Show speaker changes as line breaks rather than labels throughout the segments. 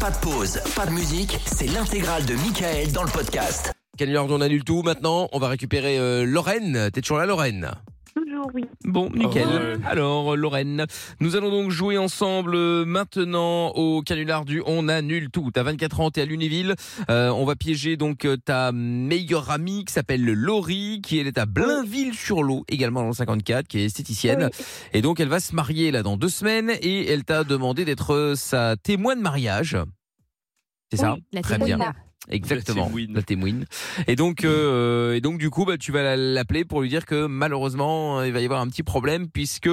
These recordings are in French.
Pas de pause, pas de musique, c'est l'intégrale de Michael dans le podcast.
Lord, on annule tout maintenant. On va récupérer euh, Lorraine. T'es toujours là, Lorraine
Toujours, oui.
Bon, nickel. Alors, euh, Lorraine, nous allons donc jouer ensemble euh, maintenant au canular du On annule tout. T'as 24 ans, t'es à Lunéville. Euh, on va piéger donc euh, ta meilleure amie qui s'appelle Laurie, qui elle est à Blainville-sur-Lot, également dans le 54, qui est esthéticienne. Et donc, elle va se marier là dans deux semaines et elle t'a demandé d'être euh, sa témoin de mariage. C'est ça
La
Très
témoin.
bien. Exactement,
La témoine.
la témoine. Et donc, euh, et donc du coup, bah, tu vas la- l'appeler pour lui dire que malheureusement, euh, il va y avoir un petit problème puisque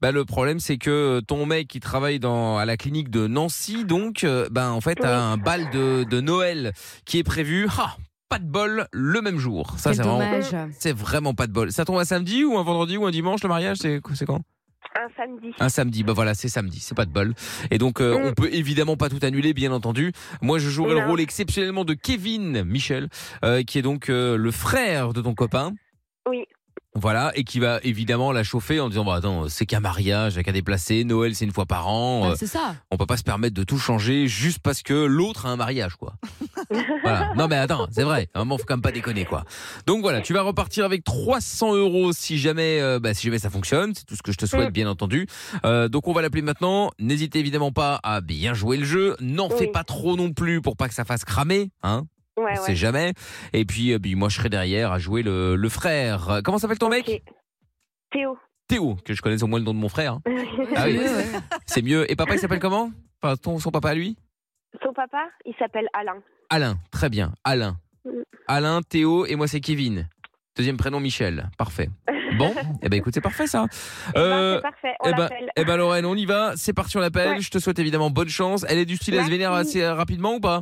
bah, le problème c'est que ton mec qui travaille dans à la clinique de Nancy, donc, euh, ben en fait, a un bal de, de Noël qui est prévu. Ah, pas de bol le même jour. Ça,
Quel
c'est vraiment,
dommage.
c'est vraiment pas de bol. Ça tombe un samedi ou un vendredi ou un dimanche le mariage C'est c'est quand
Un samedi.
un samedi, bah voilà, c'est samedi, c'est pas de bol. Et donc, euh,
Mm.
on peut évidemment pas tout annuler, bien entendu. Moi, je jouerai le
Non.
rôle exceptionnellement de Kevin Michel, euh, qui est donc euh, le frère de ton copain.
Oui.
Voilà, et qui va évidemment la chauffer en disant bah attends, c'est qu'un mariage, y a qu'à déplacer, Noël c'est une fois par an,
Ah,
Bah,
euh,
c'est ça.
on peut pas se permettre de tout changer juste parce que l'autre a un mariage quoi. voilà. Non mais attends, c'est vrai, à un moment faut quand même pas déconner quoi. Donc voilà, tu vas repartir avec 300 euros si jamais, euh, bah, si jamais ça fonctionne, c'est tout ce que je te souhaite
Mm.
bien entendu. Euh, donc on va l'appeler maintenant. N'hésitez évidemment pas à bien jouer le jeu. N'en
Oui.
fais pas trop non plus pour pas que ça fasse cramer, hein.
Ouais,
On
ouais.
sait jamais. Et puis, euh, puis moi je serai derrière à jouer le, le frère. Euh, Comment s'appelle ton mec
Ok. Théo.
Théo, que je connais au moins le nom de mon frère. hein. Ah oui.
Ouais, ouais.
C'est mieux. Et papa il s'appelle comment Enfin ton son papa à lui
Son papa, il s'appelle Alain.
Alain, très bien. Alain.
Oui.
Alain, Théo et moi c'est Kevin. Deuxième prénom Michel. Parfait. Bon, eh ben écoute, c'est parfait ça.
Eh ben,
Euh,
c'est parfait, on
eh ben,
l'appelle.
eh ben Lorraine, on y va. C'est parti, on l'appelle.
Ouais.
Je te souhaite évidemment bonne chance. Elle est du style à se
Merci.
vénère assez rapidement ou pas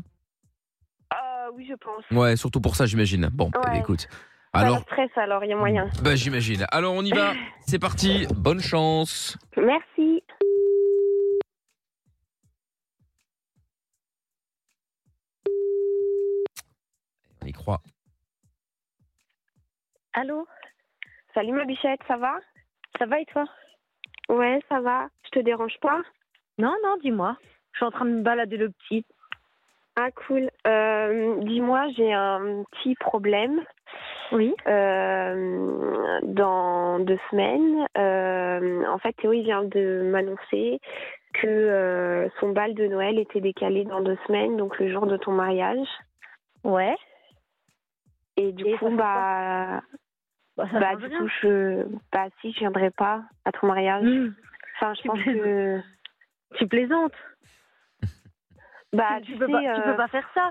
Euh, oui, je pense.
Ouais, surtout pour ça j'imagine. Bon, eh ben,
Ouais.
écoute.
Pas
Alors,
de stress, alors, il y a moyen.
bah j'imagine. Alors on y va. C'est parti. Bonne chance.
Merci.
On y croit.
Allô Salut ma bichette, ça va Ça va et toi Ouais, ça va. Je te dérange pas
Non, non, dis-moi. Je suis en train de me balader le petit.
Ah, cool. Euh, Dis-moi, j'ai un petit problème.
Oui.
Euh, dans deux semaines, euh, en fait, Théo, il vient de m'annoncer que euh, son bal de Noël était décalé dans deux semaines, donc le jour de ton mariage.
Ouais.
Et du
Et ça
coup,
fait
bah,
Bah, ça
bah,
change
du
rien.
coup, je, bah, si, je viendrai pas à ton mariage.
Mmh,
Enfin, je
tu
pense
plaisantes.
que,
tu plaisantes.
bah,
tu,
tu,
peux
sais,
pas, tu
euh,
peux pas faire ça.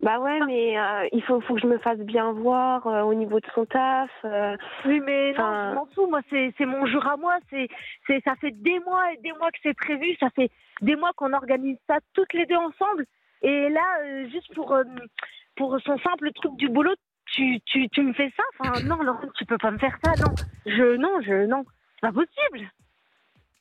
bah ouais, mais euh, il faut, faut que je me fasse bien voir euh, au niveau de son taf. euh,
Oui, mais non,
Enfin-
je m'en fous. Moi, c'est c'est mon jour à moi. C'est c'est ça fait des mois et des mois que c'est prévu. Ça fait des mois qu'on organise ça toutes les deux ensemble. Et là, euh, juste pour euh, pour son simple truc du boulot, tu tu tu me fais ça. Enfin, non, Laurent, tu peux pas me faire ça. Non, je non, je non. C'est pas possible.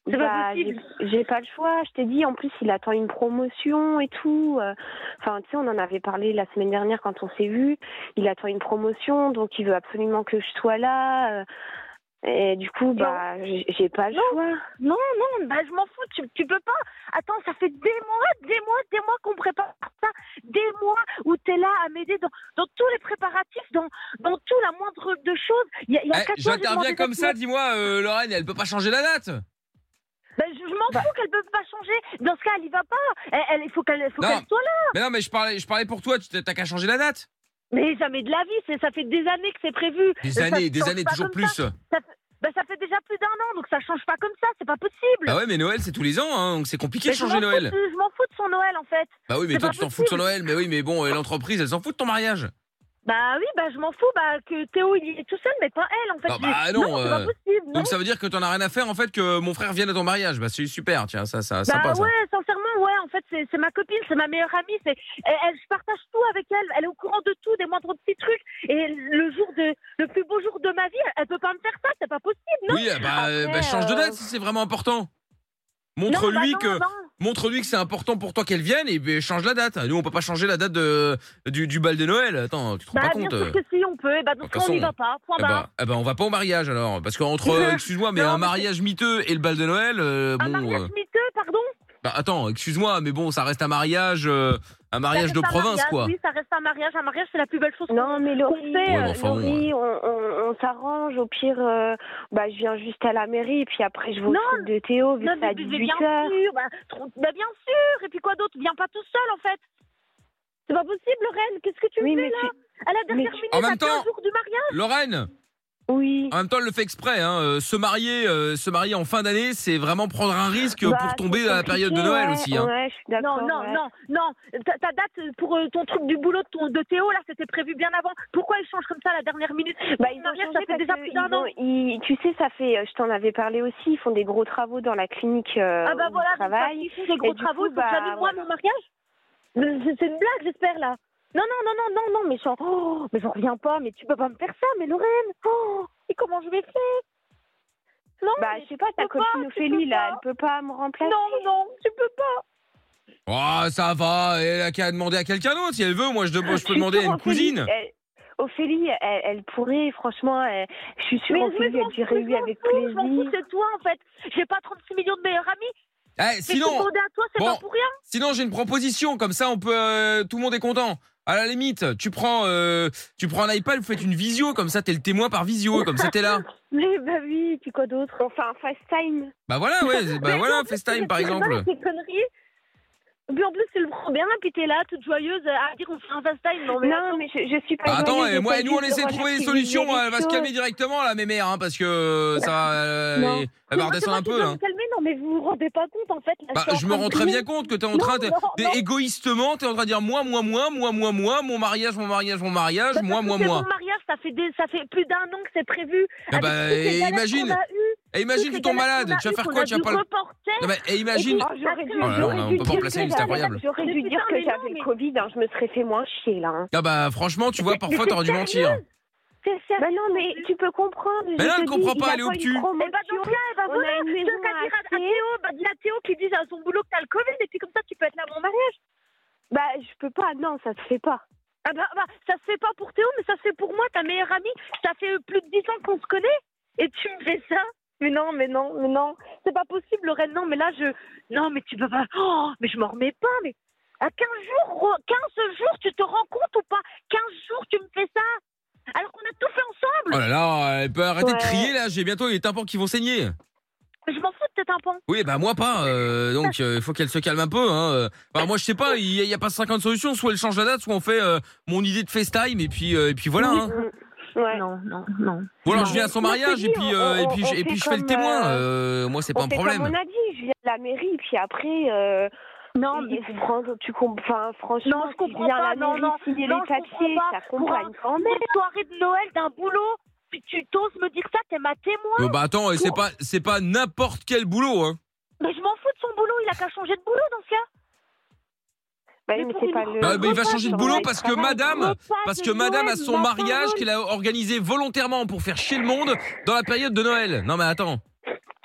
C'est pas
Bah,
possible.
j'ai- J'ai pas le choix. Je t'ai dit, en plus, il attend une promotion et tout. Euh, Enfin, tu sais, on en avait parlé la semaine dernière quand on s'est vu. Il attend une promotion, donc il veut absolument que je sois là. euh, Et du coup, bah, j'ai j'ai pas le
Non.
choix.
Non, non, bah, je m'en fous, tu, tu peux pas. Attends, ça fait des mois, des mois, des mois qu'on prépare ça, des mois où t'es là à m'aider dans, dans tous les préparatifs, dans, dans tout la moindre de choses. Il y a, il y a
Eh,
quatre mois, j'ai
J'interviens
demandé
comme ça,
cette-
dis-moi, euh, Lorraine, elle peut pas changer la date.
Bah, je je m'en fous qu'elle peut pas changer. Dans ce cas, elle y va pas. Elle, elle- il faut qu'elle faut
Non.
qu'elle soit là.
Mais non, mais je parlais, je parlais pour toi, tu t'as t'as qu'à changer la date.
Mais jamais de la vie, c'est- ça fait des années que c'est prévu.
Des
Ça
années, des
change
années,
pas
toujours
comme ça.
plus.
Bah, ça fait déjà plus d'un an, donc ça change pas comme ça, c'est pas possible.
Bah ouais, mais Noël, c'est tous les ans, hein, donc c'est compliqué
Mais
de
je
changer
m'en fous
Noël.
de- je m'en fous de son Noël en fait.
Bah oui, mais
C'est
toi,
pas
tu t'en fous de son
possible.
Noël. Mais oui, mais bon, euh, l'entreprise, elle s'en fout de ton mariage.
Bah oui, bah je m'en fous, bah que Théo il y est tout seul, mais pas elle en fait.
Ah bah
Je-
non,
c'est pas
euh,
possible, non.
Donc ça veut dire que t'en as rien à faire, en fait, que mon frère vienne à ton mariage. Bah c'est super, tiens, ça, ça, hein.
bah
sympa, ça.
ouais, sincèrement, ouais, en fait c'est c'est ma copine, c'est ma meilleure amie, c'est elle, elle- je partage tout avec elle, elle est au courant de tout, des moindres petits trucs, et le jour de, le plus beau jour de ma vie, elle, elle peut pas me faire ça, c'est pas possible, non
oui, bah, euh, bah,
Après,
change de
euh,
date si c'est vraiment important.
Non, bah
Montre-lui
non,
que,
non.
montre-lui que c'est important pour toi qu'elle vienne et bah, change la date. Nous, on peut pas changer la date de, du, du bal de Noël. Attends, tu te rends pas
Bah bien
compte
sûr
euh.
que si on peut, et bah donc
de toute
on n'y
façon,
va pas, point
Eh
barre.
bah, eh bah, on va pas au mariage alors, parce qu'entre, euh, excuse-moi, mais
Non,
un
mais c'est-
mariage miteux et le bal de Noël, euh,
Un
bon.
mariage
euh,
miteux, pardon
Bah, attends, excuse-moi, mais bon, ça reste un mariage, euh, un mariage
Ça reste
de
un
province,
mariage,
quoi.
Oui, ça reste un mariage. Un mariage, c'est la plus belle chose.
Non, mais Laurie,
Ouais,
mais
euh,
enfin, bon,
Laurie, on, on- on s'arrange. Au pire, euh, bah, je viens juste à la mairie, puis après, je vais au
Non,
truc de Théo, vu
Non,
que c'est
mais
à
mais bien
18h.
sûr. Bah, trop- bah, bien sûr. Et puis quoi d'autre Viens pas tout seul, en fait. C'est pas possible, Lorraine. Qu'est-ce que tu
Oui,
me
mais
fais, là
tu...
À la dernière
mais tu-
minute,
En
à
même temps-
15 jours du mariage.
Lorraine,
Oui.
en même temps, elle le fait exprès. Hein. euh, se marier, euh, se marier en fin d'année, c'est vraiment prendre un risque
Bah,
pour
c'est
tomber à la période de
compliqué,
Noël
ouais,
aussi. Hein.
Ouais, je suis
Non,
d'accord.
non,
ouais.
non, non. Ta, ta date pour euh, ton truc du boulot de, ton- de Théo, là, c'était prévu bien avant. Pourquoi ils changent comme ça à la dernière minute
Bah,
Le
ils ont
mariage,
changé
ça fait
parce
déjà
que
plus d'un
ils
an.
ont- ils- tu sais, ça fait, euh, je t'en avais parlé aussi, ils font des gros travaux dans la clinique euh,
Ah bah
où
voilà,
ils travaillent.
ils font des gros
du
travaux,
coup,
ils font
bah,
jamais moi
voilà.
mon mariage Mais C'est c'est une blague, j'espère, là. Non, non, non, non, non, non, mais j'en oh, mais j'en reviens pas, mais tu peux pas me faire ça, mais Lorraine oh, Et comment je vais faire Non,
Bah,
mais-
je sais pas, ta
peux
copine
pas, tu
Ophélie,
peux
là,
pas.
elle peut pas me remplacer.
non, non, tu peux pas
Oh, ça va. Elle a qu'à demander à quelqu'un d'autre si elle veut. Moi, je,
Ah,
de- je
Je suis
peux demander à
sûre,
une
Ophélie,
cousine.
elle- Ophélie, elle, elle pourrait, franchement, elle- je suis sûre,
Mais je
Ophélie,
m'en
elle dirait
fous,
oui avec
je m'en fous,
plaisir.
c'est toi, en fait J'ai pas 36 millions de meilleurs amis,
Eh,
j'ai tout
sinon,
demandé à toi, c'est
Bon.
pas pour rien
Sinon, j'ai une proposition. Comme ça, on peut, euh, tout le monde est content. À la limite, tu prends, euh, tu prends un iPad, vous faites une visio. Comme ça, t'es le témoin par visio. Comme ça, t'es là.
Mais bah oui, puis quoi d'autre
On fait un FaceTime.
Bah voilà, ouais. Bah
Mais
voilà,
en plus,
FaceTime par
c'est
exemple.
normal, ces conneries. Puis en plus, c'est le problème, puis t'es là, toute joyeuse, euh, à dire qu'on fait un FaceTime. Non, mais
Non, mais je, je suis pas.
Ah, attends,
joyeuse,
eh, moi,
j'essaie
et nous, on
juste
essaie de trouver des solutions. euh,
relativiser les
Elle va se
choses.
calmer directement, là, mes mères, hein, parce que euh, ça, va,
Non.
euh, elle va
Mais moi, c'est
redescendre
moi
un
qui
peu.
dois
hein.
me calmer, non, mais vous vous rendez pas compte, en fait. là,
Bah,
suis en
je me
train
rends
de
très bien
crier.
compte que t'es en
Non,
train de,
non,
t'es
non.
égoïstement, t'es en train de dire moi, moi, moi, moi, moi, moi, mon mariage, mon mariage, mon mariage,
Parce
moi,
que
moi,
c'est
moi.
Mon mariage, ça fait, des, ça fait plus d'un an que c'est prévu.
Ah
avec
bah,
toutes les
et
galères
imagine.
qu'on a eues,
Et imagine,
toutes
tu
les
tombes
galères
malade.
qu'on a
Tu vas
eues,
faire
qu'on
quoi
a
Tu vas
dû
pas le.
reporter.
Non, mais, et imagine,
Oh, j'aurais dû,
Oh là là,
j'aurais
on peut
dû
pas
dire
remplacer,
que
c'est
j'avais-
incroyable.
J'aurais dû
Mais
dire
putain,
que
mais non,
j'avais
mais-
le Covid, hein, je me serais fait moins chier là. hein.
Ah bah franchement, tu vois, parfois t'aurais dû mentir.
C'est sérieux.
Bah non, mais tu peux comprendre.
Mais
je
là,
te
elle
dis,
comprend
il
pas,
a
elle est
pas eu de
obtuse.
promotion.
Et bah donc là, elle va
On a
voilà,
une
c'est
maison
ce qu'a
à
dit à
acheter.
Théo, bah dis à Théo qui dise à son boulot que t'as le Covid, et puis comme ça, tu peux être là à mon mariage.
Bah, je peux pas, non, ça se fait pas.
Ah bah, bah, ça se fait pas pour Théo, mais ça se fait pour moi, ta meilleure amie. Ça fait euh, plus de 10 ans qu'on se connaît et tu me fais ça. Mais non, mais non, mais non. C'est pas possible, Lorraine. Non, mais là, je. Non, mais tu peux pas. Oh, mais je m'en remets pas, mais. À 15 jours, oh, 15 jours, tu te rends compte ou pas 15 jours, tu me fais ça Alors qu'on a tout fait ensemble.
Oh là là, elle peut arrêter de
Ouais.
crier là, j'ai bientôt les tympans qui vont saigner.
Mais je m'en fous de tes tympans.
Oui, bah moi pas, euh, donc il faut qu'elle se calme un peu. Hein. euh. Bah, moi je sais pas, il y, a- il y a pas 50 solutions, soit elle change la date, soit on fait euh, mon idée de FaceTime et puis euh, et puis voilà. Hein.
Ouais.
Non, non, non.
Ou alors
Non.
je viens à son
Moi, je te
mariage et
dis,
puis
on-
euh, et
on-
puis
on
je, et
fait
puis je fais le
comme,
témoin.
euh,
euh, moi c'est
On
pas un
fait
problème.
Comme on a dit, je viens de la mairie, puis après, euh,
Non, mais.
il- Fran- tu comprends, franchement,
Non, je
si
comprends
viens à
pas,
la
non,
mairie
non,
signer
non,
les
je comprends
papiers,
pas.
ça
Pour un-
accompagne quand
Une
même.
soirée de Noël d'un boulot, puis tu t'oses me dire ça, t'es ma témoin.
Euh, bah attends, et c'est pas c'est pas n'importe quel boulot. Hein.
Mais je m'en fous de son boulot, il a qu'à changer de boulot hein. dans ce cas.
Bah,
Mais
mais
pour
c'est
une-
pas le-
Bah, mais il va
repas,
changer de
c'est
boulot
vrai,
parce
ça
que
va,
madame
Repas
parce
de
que madame a
Noël,
son
ma
mariage
parole.
qu'elle a organisé volontairement pour faire chier le monde dans la période de Noël. Non mais attends.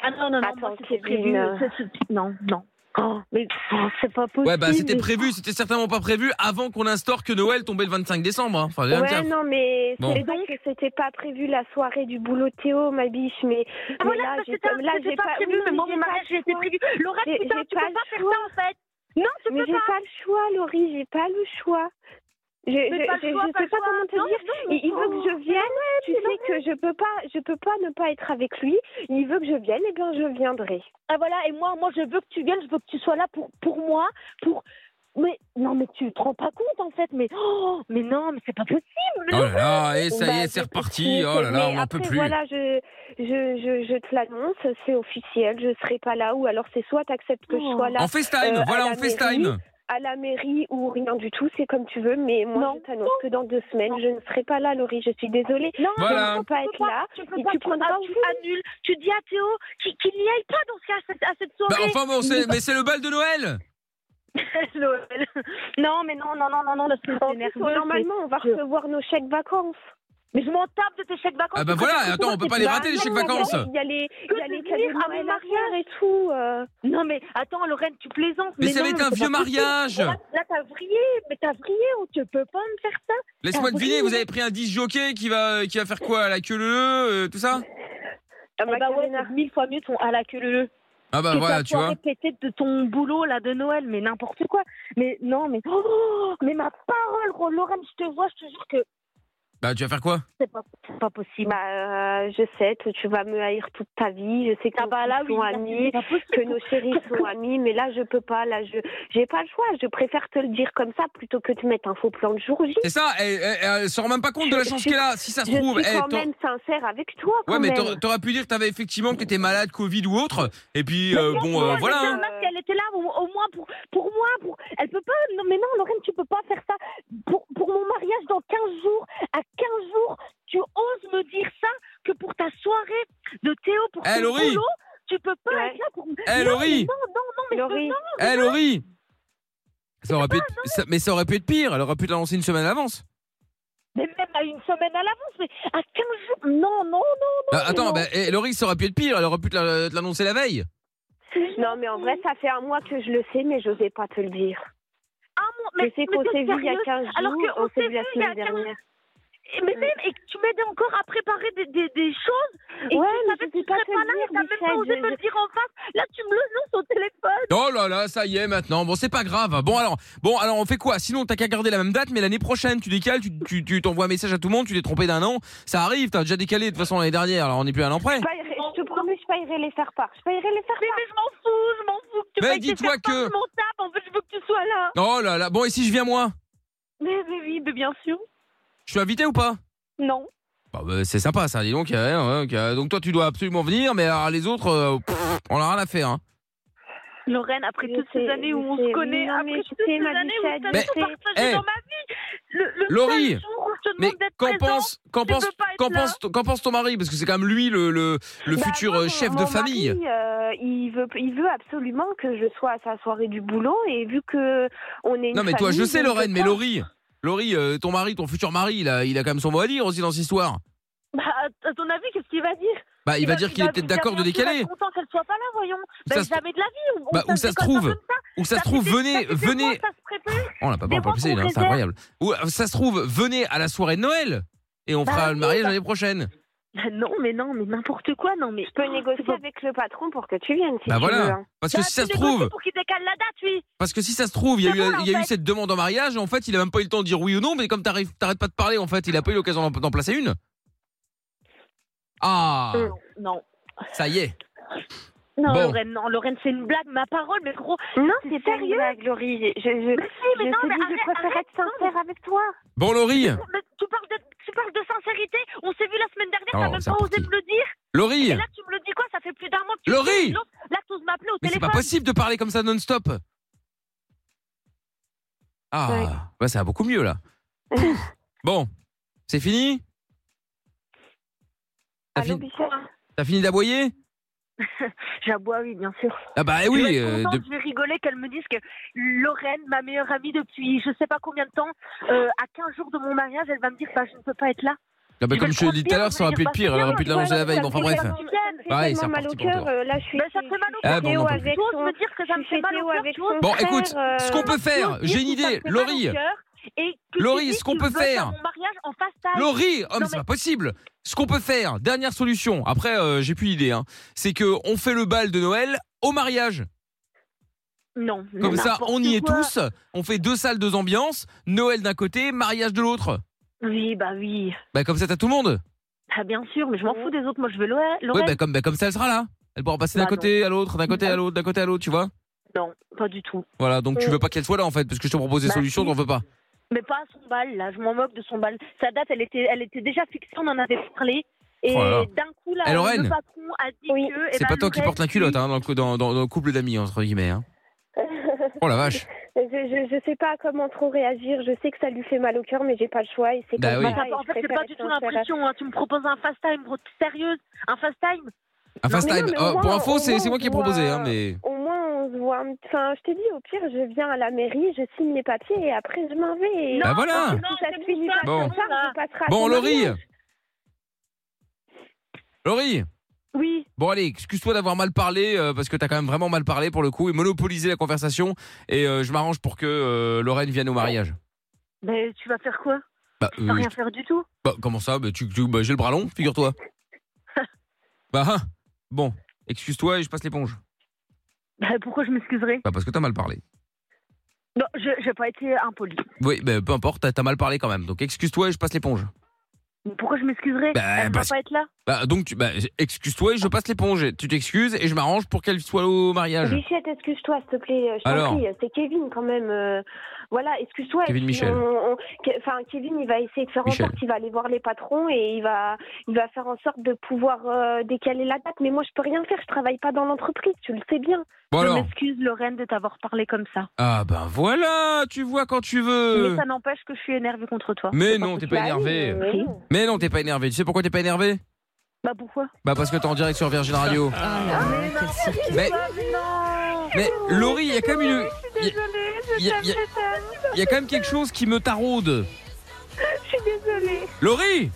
Ah non, non, non,
Attends,
moi, c'était
Kevin,
prévu.
euh,
c'est- c'est- Non, non. Oh, mais oh, c'est pas possible.
Ouais bah c'était prévu, c'était certainement pas prévu avant qu'on instaure que Noël tombait le 25 décembre. hein. Enfin, le 25.
Ouais, non, mais
Bon.
c'est
Et
vrai que c'était pas prévu la soirée du boulot de Théo, ma biche, mais,
Ah,
mais
voilà,
là,
parce que
j'ai
c'était
pas,
un-
là,
c'était
j'ai
pas
pas,
prévu,
oui,
mais
mais
moi,
j'ai
mon
pas le
mariage, c'était
choix.
prévu. Laura,
J'ai-
putain,
j'ai
tu peux
pas
pas
le
faire
choix.
ça, en fait. Non, tu
Mais
peux
j'ai
pas.
pas le choix, Laurie, j'ai pas le choix. Je, je,
Mais pas le
je-
choix,
je
pas
sais
le
pas
choix.
comment te
Non,
dire.
non, mais-
Il, il veut que je vienne. Tu sais que je peux pas, je peux pas ne pas être avec lui. Il veut que je vienne, et bien je viendrai.
Ah voilà, et moi, moi, je veux que tu viennes, je veux que tu sois là pour, pour moi, pour... Mais non, mais tu te rends pas compte, en fait, mais... Oh, mais non, mais c'est pas possible.
Oh là là, et ça
Bah,
y est,
j'ai
c'est reparti.
compris,
Oh là là,
mais
on n'en peut
après,
plus.
Voilà, je, je, je, je te l'annonce, c'est officiel, je serai pas là. Ou alors c'est soit t'acceptes que je sois là
En FaceTime,
Euh,
voilà,
à
en
la mairie,
FaceTime.
à la mairie ou rien du tout, c'est comme tu veux. Mais moi,
Non.
je t'annonce que dans deux semaines, je ne serai pas là, Laurie. Je suis désolée.
Non,
Voilà.
mais
Je ne peux pas
tu
être
peux pas,
là.
Tu peux
Et
pas,
tu
tu,
prendras
ah,
le
tu
jour.
annules. Tu dis à Théo qu'il qu'il n'y aille pas dans ce cas à cette, à cette
Bah,
soirée.
enfin, bon, c'est- mais c'est le bal de Noël.
Noël. non, mais non, non, non, non, non, là, c'est
En plus,
c'est nerveux,
normalement, on va
c'est-
recevoir nos chèques vacances.
c'est- Mais je m'en tape de tes chèques vacances.
Ah bah
tu
voilà,
préfères que
attends,
moi,
on peut
t'es-
pas les rater, les
non,
chèques
mais il y a
vacances.
les- Il y a les, il y a
Que
les
de
cadeaux
venir à
de
mon
Noël
mariage.
arrière et tout. euh.
Non, mais attends, Lorraine, tu plaisantes.
Mais ça
non,
va être
mais
un
c'est
vieux
pas possible.
mariage.
Là, là, t'as vrillé, mais t'as vrillé, oh, tu peux pas me faire ça.
Laisse-moi
t'as
deviner,
brûlé.
vous avez pris un 10 jockey qui va, qui va faire quoi à la queue leu, leu, euh, tout ça
Ah
Eh ben Ah bah ouais, c'est mille fois mieux ton à la queue leu leu.
Ah bah
que
voilà,
ça
tu
soit
vois.
répété de ton boulot là de Noël, mais n'importe quoi. Mais non, mais oh, mais ma parole, gros, Lorraine, je te vois, je te jure que
Bah tu vas faire quoi
c'est pas, c'est pas possible.
Bah, euh, je sais, que tu vas me haïr toute ta vie. Je sais que
Ah
nos
bah là,
filles
oui,
sont
là,
amies,
c'est pas possible.
que nos chéris sont amies, mais là, je peux pas. Là, je j'ai pas le choix. Je préfère te le dire comme ça plutôt que de mettre un faux plan de jour J.
C'est ça, elle, elle- elle se rend même pas compte de la chance qu'elle a, si ça se
Je
trouve.
suis
elle,
quand
t'aurais-
même sincère avec toi. Quand
ouais, mais
même.
t'aurais- t'aurais pu dire que t'avais effectivement que t'étais malade, Covid ou autre. Et puis euh, bon, euh,
Moi,
voilà.
je
hein.
veux dire, meuf, si elle était là au, au moins pour, pour moi, pour... elle peut pas. Non, mais non, Lorraine, tu peux pas faire ça. Pour, pour mon mariage dans 15 jours, à 15 jours, tu oses me dire ça que pour ta soirée de Théo, pour
Eh,
ton
Laurie.
boulot, tu peux pas
Ouais.
être là pour.
Eh,
non,
Laurie.
mais non, non, non, mais je veux
Laurie,
Eh Laurie ça aurait pu être- ça- mais ça aurait pu être pire, elle aurait pu te l'annoncer une semaine à l'avance.
Mais même à une semaine à l'avance, mais à 15 jours. Non, non, non.
Bah, attends,
non.
bah, eh, Laurie, ça aurait pu être pire, elle aurait pu te la- te l'annoncer la veille.
non, mais en vrai, ça fait un mois que je le sais, mais j'osais pas te le dire.
ah, Mais,
je sais qu'on
mais
s'est vu
t'es
il y a
sérieuse
15 jours,
alors qu'on
on s'est
s'est
vu la
vu il y a
semaine
15
dernière.
Et- mais même, et que tu m'aidais encore à préparer des, des, des choses.
Ouais, mais
Et tu savais
je sais
que tu
pas
serais
te
pas
le
là et
dire,
t'as même pas
Michel,
osé
je-
me le dire en face. Là, tu me l'annonces au téléphone.
Oh là là, ça y est maintenant. Bon, c'est pas grave. Bon alors, bon alors, on fait quoi Sinon, t'as qu'à garder la même date, mais l'année prochaine, tu décales, tu tu- tu t'envoies un message à tout le monde, tu t'es trompé d'un an, ça arrive. T'as déjà décalé de toute façon l'année dernière, alors on n'est plus à l'an près.
Je paierai- je te promets, je paierai les faire part. Je paierai les faire
Mais, mais je m'en fous, je m'en fous. Que tu
Mais
fasses des
dis-toi
serpents,
que-
Je m'en tape, en fait, je veux que tu sois là.
Oh là là. Bon, et si je viens moi
Mais, mais oui, mais bien sûr.
Je suis invité ou pas
Non.
Bah, bah, c'est sympa ça. Dis donc, euh, hein, que- donc toi, tu dois absolument venir, mais alors, les autres, euh, pff, on a rien à faire. hein.
Lorraine, après
Je
toutes
sais,
ces années où
je
on
sais,
se connaît,
non, mais
après
je
toutes
sais,
ces
ma
années où
Michel,
t'as
je
tout
sais.
partagé
Eh.
dans ma vie, le, le
Laurie.
seul jour où je te
Mais
demande d'être
qu'en
présent,
pense, qu'en
tu
pense,
peux pas être
qu'en
là.
pense, qu'en pense ton mari Parce que c'est quand même lui le le, le
Bah,
futur
moi,
euh,
mon-
chef
mon
de famille.
mari, euh, il veut, il veut absolument que je sois à sa soirée du boulot et vu que on est. Une
Non mais toi, je
famille,
sais
donc
Lorraine, mais
crois-
Laurie, Laurie, euh, ton mari, ton futur mari, il a, il a quand même son mot à dire aussi dans cette histoire.
Bah, à à ton avis, qu'est-ce qu'il va dire
Bah, il,
ben,
va, dire qu'il est peut-être d'accord de décaler.
Je content qu'elle soit pas là, voyons.
ça
Ben,
se-
jamais de la vie. on- on
Bah, où ça se
décolle pas
trouve
comme ça.
Ou ça se
fait
trouve,
des-
venez,
ça fait des mois
venez.
que ça se prépare.
Oh, on l'a pas
des
pas
mois
pensé,
qu'on
hein, c'est
réserve.
incroyable. Ou euh, ça se trouve, venez à la soirée de Noël et on
Bah
fera
oui,
le mariage
bah-
l'année prochaine.
Bah Non, mais non, mais n'importe quoi, non, mais.
Je peux négocier avec le patron pour que tu viennes si
Bah
tu
voilà.
veux. hein.
Parce que si ça se trouve,
Pour qu'il décale la date, oui.
parce que si ça se trouve, il y a
C'est
eu,
bon, là,
il y a
en
eu
fait.
cette demande en mariage. et En fait, il a même pas eu le temps de dire oui ou non. Mais comme t'arrives- t'arrêtes pas de parler, en fait, il a pas eu l'occasion d'en- d'en placer une. Ah,
Non, Euh, non.
ça y est.
Non,
Bon.
Lorraine, non, Lorraine, c'est une blague, ma parole, mais gros.
Non,
Mais
c'est pas
sérieux
une blague, Laurie. Je, je,
Mais si,
je
mais non,
te
mais
dis,
arrête,
je préfère
arrête,
être sincère avec toi.
Bon, Laurie,
mais tu parles de. Tu parles de sincérité, on s'est vu la semaine dernière,
Oh,
t'as même
c'est
pas osé
reparti.
me le dire.
Laurie.
Et là, tu me le dis quoi Ça fait plus d'un mois que tu
Laurie
me dis l'autre. Là, t'oses m'appeler au
Mais c'est pas
téléphone.
possible de parler comme ça non-stop. Ah,
Ouais.
bah ça va beaucoup mieux là. bon, c'est fini T'as Ah,
Allô,
fini-
Michel
t'as fini d'aboyer
J'aboie, oui, bien sûr.
Ah bah eh
Je vais
oui.
être
euh,
contente,
de-
Je vais rigoler qu'elle me dise que Lorraine, ma meilleure amie depuis je sais pas combien de temps, euh, à 15 jours de mon mariage, elle va me dire bah, je ne peux pas être là.
Ah bah,
je
comme
vais
je te l'ai dit tout à
le
l'heure, ça aurait pu être pire, elle aurait pu te l'annoncer la veille. Bon, enfin bref.
Ça me
bref.
fait
Pareil,
tellement
c'est
mal au
reparti pour
cœur.
toi.
euh, Là, je suis.
Ben, ça me fait mal au
je suis
cœur. Ah, bon,
Théo
non,
avec
Tu oses
son-
me dire que ça me
je
fait
suis
mal
Théo
au cœur.
avec
tu oses-
son
Bon, écoute,
frère,
ce
euh,
qu'on peut faire,
tu oses dire
j'ai
que
une
ça me
idée,
fait mal au
Laurie.
cœur et que tu
Laurie,
dis
ce
que
qu'on
tu
peut
veux
faire.
Mon mariage en FaceTime.
Laurie, oh, mais,
Non,
c'est
mais-
pas possible. Ce qu'on peut faire, dernière solution. Après, euh, j'ai plus d'idée. Hein. C'est que on fait le bal de Noël au mariage.
Non. mais
Comme ça,
n'importe
on y est
quoi.
tous. On fait deux salles, deux ambiances. Noël d'un côté, mariage de l'autre.
Oui, bah oui.
Bah comme ça, t'as tout le monde.
Ah, bien sûr, mais je m'en fous des autres. Moi, je veux Lorraine.
Ouais,
Lorraine,
bah comme, bah comme ça, elle sera là. Elle pourra passer d'un
Bah,
côté à l'autre, d'un côté à
Bah.
l'autre, d'un côté à l'autre, tu vois.
Non, pas du tout.
Voilà, donc tu
Ouais.
veux pas qu'elle soit là en fait, parce que je te propose des
Bah,
solutions,
si.
t'en veux pas.
Mais pas à son bal, là. Je m'en moque de son bal. Sa date, elle était, elle était déjà fixée. On en avait parlé. Et
Oh là là.
d'un coup, là,
Eh, Lorraine.
le patron a dit
Oui.
que. eh
C'est
ben,
pas toi qui
Lorraine,
portes la culotte hein, dans, le, cou- dans- dans- dans le couple d'amis, entre guillemets. hein. Oh la vache.
Je, je, je sais pas comment trop réagir. Je sais que ça lui fait mal au cœur, mais j'ai pas le choix. Et c'est
Bah
comme
oui.
ça,
Ah,
et
bah, en
je
fait, c'est
préfère
pas
être
du tout
sincère avec
l'impression. Hein. Tu me proposes un fast time, gros. T'es Sérieuse Un fast time
Un
Non, mais
fast
non,
time.
mais au
Oh,
moins,
pour
au
info, c'est
moins,
c'est moi qui ai
on voit-
proposé, hein, mais.
Au moins, on se voit. un- Enfin, je t'ai dit, au pire, je viens à la mairie, je signe les papiers et après, je m'en vais. Et
Bah voilà.
Si ça se finit pas
Bon.
comme ça, on passera à
Bon,
ton
Laurie
mariage.
Laurie
Oui.
Bon allez, excuse-toi d'avoir mal parlé euh, parce que t'as quand même vraiment mal parlé pour le coup et monopolisé la conversation et euh, je m'arrange pour que euh, Lorraine vienne au mariage.
Mais tu vas faire quoi
Bah,
Tu vas
euh,
rien faire du tout.
Bah, comment ça bah, tu, tu- bah, J'ai le bras long, figure-toi. bah, hein. bon, excuse-toi et je passe l'éponge.
Bah, pourquoi je m'excuserais
Bah parce que t'as mal parlé.
Non, je j'ai pas été impoli.
Oui, bah, peu importe, t'as- t'as mal parlé quand même. Donc excuse-toi et je passe l'éponge.
Pourquoi je m'excuserais
Bah,
Elle
parce-
va pas être là.
Bah donc tu, bah, excuse-toi et je passe l'éponge. Tu t'excuses et je m'arrange pour qu'elle soit au mariage.
Bichette, excuse-toi, s'il te plaît. Je t'en
Alors.
prie, c'est Kevin quand même. euh, voilà, excuse-toi.
Kevin
Et puis,
Michel.
on- on- Ke- Enfin, Kevin, il va essayer de faire en
Michel.
sorte qu'il va aller voir les patrons et il va, il va faire en sorte de pouvoir euh, décaler la date. Mais moi, je peux rien faire. Je travaille pas dans l'entreprise. Tu le sais bien.
Bon
Je
alors.
m'excuse, Lorraine, de t'avoir parlé comme ça.
Ah ben voilà, tu vois quand tu veux.
Mais ça n'empêche que je suis énervée contre toi.
Euh. Mais
C'est
non, t'es
possible.
pas énervé.
Bah oui, mais non.
Mais non, t'es pas énervé. Tu sais pourquoi t'es pas énervé
Bah pourquoi
Bah parce que t'es en direct sur Virgin Radio.
Ah là là, quel circuit.
Mais,
Ah, mais non
mais Laurie, il y a quand même une- il y a- il y a- il y a- il y a quand même quelque chose qui me taraude.
Je suis désolée.
Laurie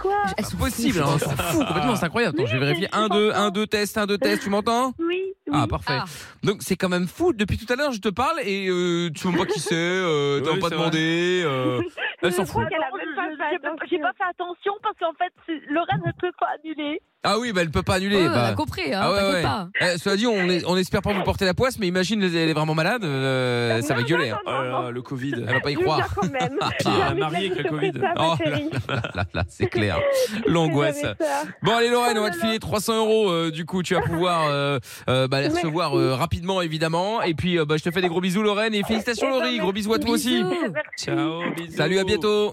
Quoi
Elles sont
C'est
Bah,
possible,
Ah,
hein, on s'en fout complètement, c'est incroyable. Attends, je vais vérifier. 1, 2, 1, 2, test, 1, 2, test, tu m'entends
Oui. oui.
Ah, parfait.
Ah.
Donc, c'est quand même fou. Depuis tout à l'heure, je te parle et euh, tu me vois qui c'est, euh, t'as
Oui,
pas
c'est
demandé. euh, elle s'en fout.
crois qu'elle a même pas
Je-
fait
j'ai pas-
attention.
J'ai pas fait attention parce qu'en fait, c'est- Lorraine ne peut pas annuler.
Ah oui, bah elle peut pas
Ouais,
annuler.
On
bah.
a compris, hein,
Ah ouais,
t'inquiète
ouais.
pas.
Eh, cela dit, on, est- on espère pas vous porter la poisse, mais imagine, elle est vraiment malade, euh, ça va
Non,
gueuler.
non,
hein.
Oh,
Oh
non, non, non.
le Covid.
Elle va pas y
Je viens
croire.
quand même.
Ah,
J'ai envie de
mariée avec
la
le Covid.
surprise, ça, ma
Oh là
chérie.
Là, là, là, c'est clair. L'angoisse.
J'avais peur.
Bon, allez, Lorraine, on va te filer 300 euros. euh, du coup, tu vas pouvoir euh, euh, bah, les
Merci.
recevoir euh, rapidement, évidemment. Et puis, euh, bah, je te fais des gros bisous, Lorraine. Et félicitations,
Eh ben,
Laurie. Gros bisous à toi aussi.
Bisous.
Ciao, bisous.
Salut, à bientôt.